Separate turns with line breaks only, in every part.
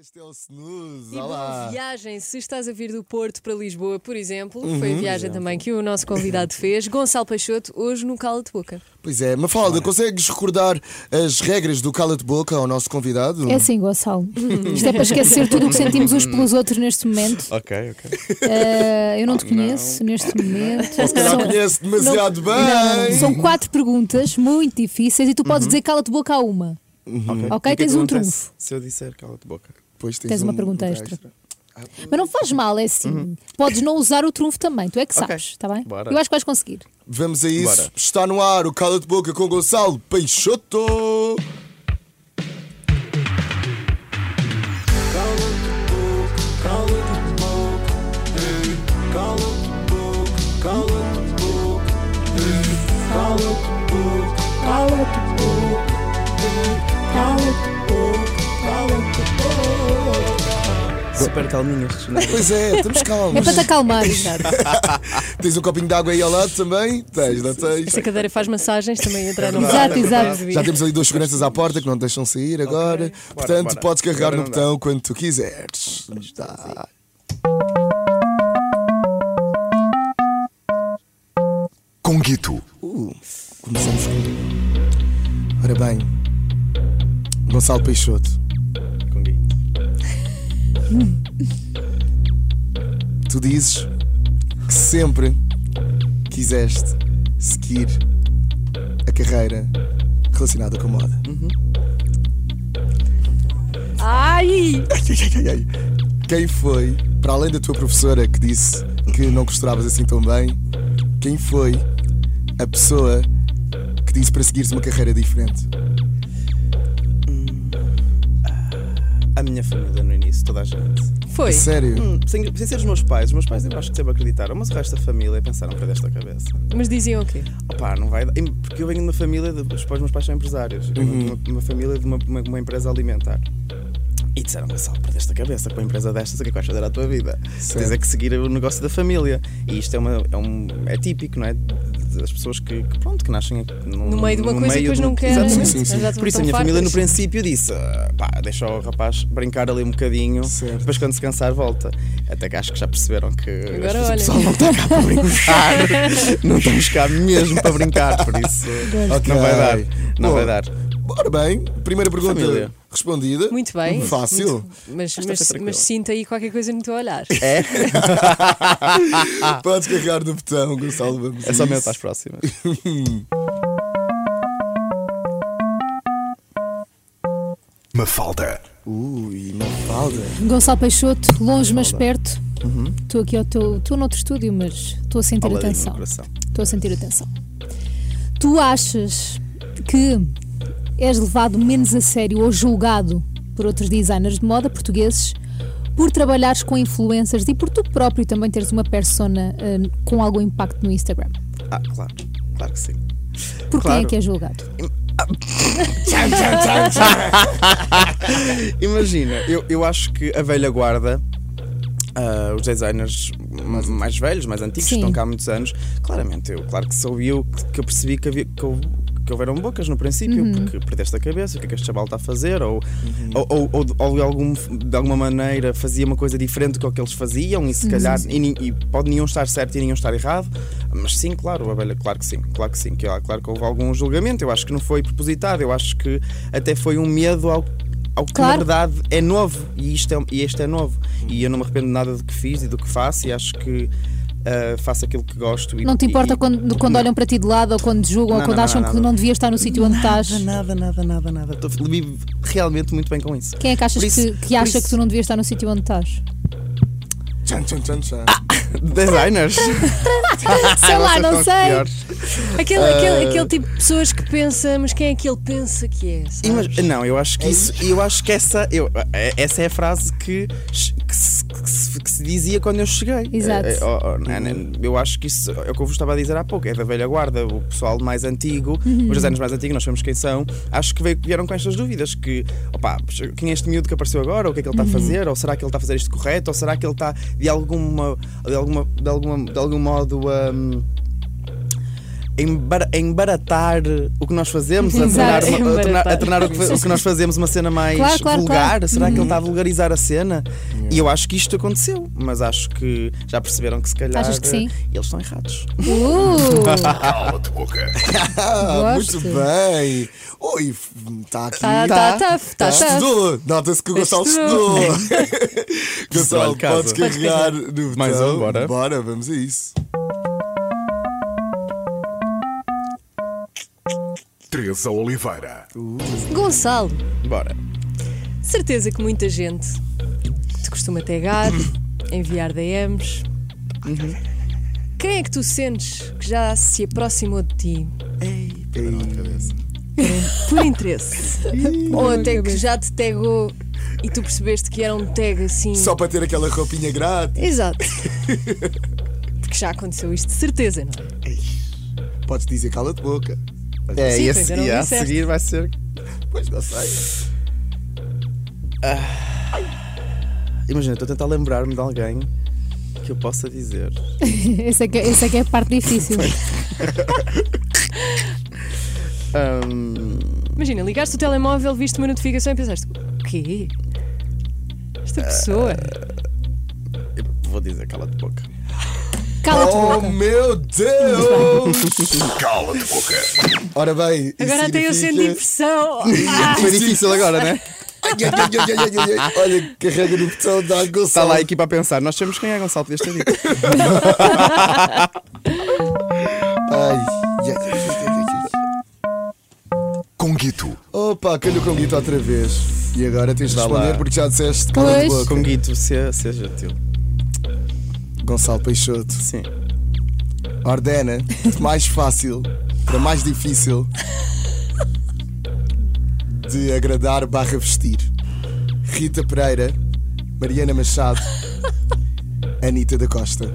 Este é o snooze.
E boa
Olá.
viagem, se estás a vir do Porto para Lisboa, por exemplo,
Uhum.
foi a viagem também que o nosso convidado fez, Gonçalo Peixoto, hoje no Cala de Boca.
Pois é, Mafalda, consegues recordar as regras do cala de boca ao nosso convidado?
É assim, Gonçalo. Isto é para esquecer tudo o que sentimos uns pelos outros neste momento.
Ok, ok.
Ah, eu não te conheço neste momento.
Se calhar conhece demasiado bem.
São quatro perguntas muito difíceis e tu podes dizer cala-te boca a uma.
Ok,
Ok,
E o que é que
tens um
acontece
trunfo.
Se eu disser cala-te boca.
Pois
Tens uma
um-
pergunta
um
extra. Mas não faz mal, é assim. Podes não usar o trunfo também, tu é que
Ok.
sabes, está bem?
Bora.
Eu acho que vais conseguir.
Vamos a isso.
Bora.
Está no ar o cala de boca com Gonçalo Peixoto.
Super calminho estes cenários.
Pois é, estamos
É
calmos.
para te acalmar, Ricardo.
Tens um copinho de água aí ao lado também? Tens, não tens?
Esta cadeira faz massagens, também entrar no
Exato, exato.
Já temos ali duas seguranças à porta que não te deixam sair agora. Portanto,
bora.
podes carregar
Agora
no
não
botão quando tu quiseres. Está.
Conguito.
Uh, começamos com. Ora bem, Gonçalo Peixoto,
Com gay.
tu dizes que sempre quiseste seguir a carreira relacionada com a moda.
Uhum. Ai!
Ai, ai. Quem foi, para além da tua professora que disse que não costuravas assim tão bem, quem foi a pessoa que disse para seguires uma carreira diferente?
Hum, A minha família no início, toda a gente.
Foi.
Sério?
Hum, sem, sem ser os meus pais, os meus pais eu acho que sempre acreditaram, mas o resto da família pensaram para desta cabeça.
Mas diziam o quê?
Opá, não vai dar. Em- Porque eu venho de uma família, de, os pais dos meus pais são empresários. Eu venho de uma, uma família de uma, uma- uma empresa alimentar. E disseram, Gonçalo, perdeste a cabeça com uma empresa destas, o que é que vais fazer à tua vida? Tens é que seguir o negócio da família. E isto é, uma, é, um, é típico, não é? De- Das pessoas que, que, pronto, que nascem no,
No meio de uma
no
coisa e
meio
depois
de um-
não querem.
Exatamente.
Sim, sim,
Já
Por isso,
estão
a minha família no
fartas.
princípio disse: "Ah, pá, deixa o rapaz brincar ali um bocadinho,
Certo.
depois quando se cansar, volta. Até que acho que já perceberam que
Agora
às vezes
olha.
o pessoal não está cá para brincar, não estamos cá mesmo para brincar, por isso
Hum.
Ok.
não vai dar. Não
Bom,
vai dar.
Ora bem, primeira pergunta
Família.
respondida.
Muito bem.
Fácil.
Mas,
Esta
mas-
foi tranquila.
mas sinto aí qualquer coisa no teu olhar.
É.
Podes carregar no botão, Gonçalo. Vamos
Ah. É
a
somente
isso.
às próximas.
Mafalda.
Ui, Mafalda.
Gonçalo Peixoto, longe mas perto. Estou aqui ao teu. Estou noutro estúdio, mas estou a sentir
Ao
a
ladinho do
tensão.
coração.
Estou a sentir a tensão. Tu achas que és levado menos a sério ou julgado por outros designers de moda portugueses por trabalhares com influencers e por tu próprio também teres uma persona eh, com algum impacto no Instagram?
Ah, claro, claro que sim.
Por quem é
Claro.
que é julgado?
Imagina, eu, eu acho que a velha guarda, ah, os designers mais, mais velhos, mais antigos, que
Sim.
estão cá há muitos anos, claramente eu, claro que sou eu que, que eu percebi que, havia, que, houve- que houveram bocas no princípio, porque perdeste a cabeça, o que é que este chaval está a fazer, ou, ou, ou- ou de- ou de, algum- de alguma maneira fazia uma coisa diferente do que, o que eles faziam, e se calhar, e, nin- e pode nenhum estar certo e nenhum estar errado, mas sim, claro, a velha, claro que sim, claro que sim, que, há- claro que houve algum julgamento, eu acho que não foi propositado, eu acho que até foi um medo ao. Ao que na
Claro.
verdade verdade é novo e isto é, e este é novo. E eu não me arrependo de nada do que fiz e do que faço e acho que ah, faço aquilo que gosto. E,
Não te importa
e-
quando, quando
Não.
olham para ti de lado ou quando te julgam ou
Não,
quando
não,
acham
não,
que
não.
não devias estar no sítio onde estás?
Nada, nada, nada, nada. Estou vivo realmente muito bem com isso.
Quem é que achas
Por isso-
que, que
por
acha
isso-
que tu não devias estar no sítio onde estás?
Tchan, tchan, tchan, tchan.
Designers?
Sei lá,
Vocês são
não
os
sei.
piores.
Aquele,
Ah.
aquele, aquele tipo de pessoas que pensa, mas quem é que ele pensa que é? sabes?
Ima- não, eu acho que isso, eu acho que essa, eu- é- essa é a frase que, que, se, que se- que se dizia quando eu cheguei.
Exato.
É, é, ó, ó, né, né, eu acho que isso é o que eu vos estava a dizer há pouco, é da velha guarda, o pessoal mais antigo, os anos mais antigos, nós sabemos quem são, acho que veio- vieram com estas dúvidas: que opá, quem é este miúdo que apareceu agora, o que é que ele está a fazer, ou será que ele está a fazer isto correto, ou será que ele está de alguma, de alguma, de alguma, de algum modo a hum, embar- a embaratar o que nós fazemos, a tornar,
Exato.
uma- a tornar- a tornar o, que,
Embaratar.
o que nós fazemos uma cena mais
Claro, claro, Uhum.
vulgar?
claro.
Será que ele está a vulgarizar a cena? E eu acho que isto aconteceu, mas acho que já perceberam que se calhar
Achas que sim?
eles estão errados. Tá.
Uh,
Cala-te boca.
Ah,
Gosto.
muito bem. Oi, está aqui.
Tá, tá, tá, tá, tá.
Estudou. Nota-se que o Gonçalo estudou.
Estudou.
Gonçalo,
Trabalho de casa.
podes carregar no botão.
Mais um, bora.
Bora, vamos a isso.
Teresa Oliveira.
Gonçalo,
Bora.
de certeza que muita gente te costuma tagar, enviar DMs.
Uhum.
Quem é que tu sentes que já se aproximou de ti por interesse? Ou até que já te tagou e tu percebeste que era um tag assim.
Só para ter aquela roupinha grátis.
Exato. Porque já aconteceu isto de certeza, não é?
Podes dizer cala-te boca.
É,
Sim,
e a,
tu ainda
se-
não
e a
disseste.
seguir vai ser.
Pois não sei.
Imagina, estou a tentar lembrar-me de alguém que eu possa dizer.
essa, é que, essa é que é a parte difícil.
Ahm,
Imagina, ligaste o telemóvel, viste uma notificação e pensaste: o quê? Esta pessoa.
Ah,
eu vou dizer cala-te boca.
Cala-te
Oh
boca.
meu Deus!
Cala-te boca.
Ora bem, isso
Agora até eu sendo
significa-
impressão.
É Foi difícil agora, né?
Ah, Ai, ai, ai, ai, ai, ai, ai. Olha, carrega no botão da Gonçalo.
Está Tá lá a equipa a pensar. Nós sabemos quem é Gonçalo, podias ter dito.
Ai, ai, ai, ai, ai, ai.
Conguito.
Opa, calhou com o Guito outra vez. E agora tens de
Vá lá.
responder porque já disseste
Pois.
cala-te boca.
Conguito, seja se é gentil.
Gonçalo Peixoto.
Sim.
Ordena de mais fácil para mais difícil de agradar barra vestir. Rita Pereira, Mariana Machado, Anitta da Costa.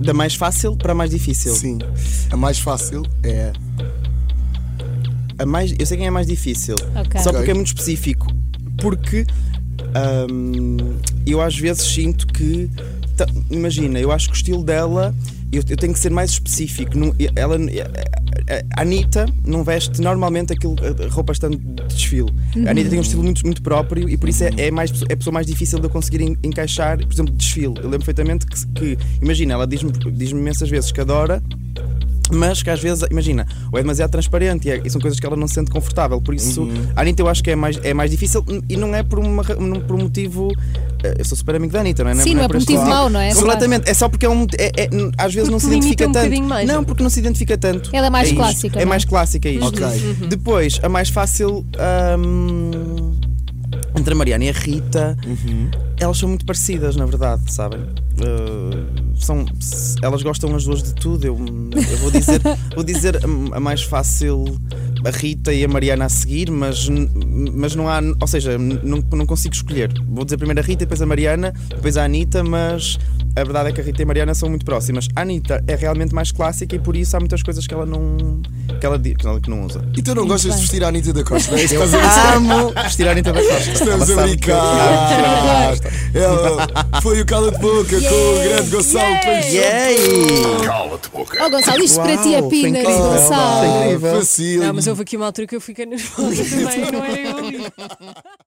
Da mais fácil para a mais difícil.
Sim, a mais fácil é.
A mais, eu sei quem é a mais difícil.
Ok.
Só
Ok.
porque é muito específico. Porque hum, eu às vezes sinto que. ta- Imagina, eu acho que o estilo dela. Eu, eu tenho que ser mais específico. Não- ela, a Anitta não veste normalmente aquilo, roupas tanto de desfile. A Anitta tem um estilo muito, muito próprio e por isso é, é mais, é a pessoa mais difícil de eu conseguir en- encaixar, por exemplo, de desfile. Eu lembro perfeitamente que, que imagina, ela diz-me diz imensas vezes que adora, mas que às vezes, imagina, ou é demasiado transparente e, é- e são coisas que ela não se sente confortável. Por isso, a Anitta eu acho que é mais, é mais difícil n- e não é por, uma, ra- não por um motivo. eh, Eu sou super amigo da Anitta, não é?
Sim, não é por
este
motivo
lado.
mau, não é? Claro.
Completamente. É só porque é um. é- é- n- às
Porque
vezes não se
te limita
identifica
um
tanto.
bocadinho mais,
não,
não?
porque não se identifica tanto.
é? Ela é mais
isto.
clássica,
É
não é?
mais clássica isto.
Ok. Uhum.
Depois, a mais fácil. hum, entre a Mariana e a Rita,
Uhum.
elas são muito parecidas, na verdade, sabem? Uh, são, s- elas gostam as duas de tudo. Eu, eu vou dizer, vou dizer a, a mais fácil a Rita e a Mariana a seguir, mas, n- mas não há, ou seja, n- não, não consigo escolher. Vou dizer primeiro a Rita, depois a Mariana, depois a Anitta, mas a verdade é que a Rita e a Mariana são muito próximas. A Anitta é realmente mais clássica e por isso há muitas coisas que ela não, que ela, di- que ela que não usa.
E tu não gostas de vestir a Anitta da Costa, não é?
Eu
Estás a-
amo vestir a Anitta da Costa. Ela
Estamos a
sabe que eu amo vestir a Anitta da
brincar.
Costa.
Ela- Foi o cala de boca com o grande Gonçalo Peixoto.
Yay!
Cala-te boca.
Oh, Gonçalo, isto para ti é
Uau, foi
Pinas,
incrível.
Gonçalo.
Foi incrível.
Facílimo.
é? Não, mas houve aqui uma altura que eu fiquei nervosa também, não era eu.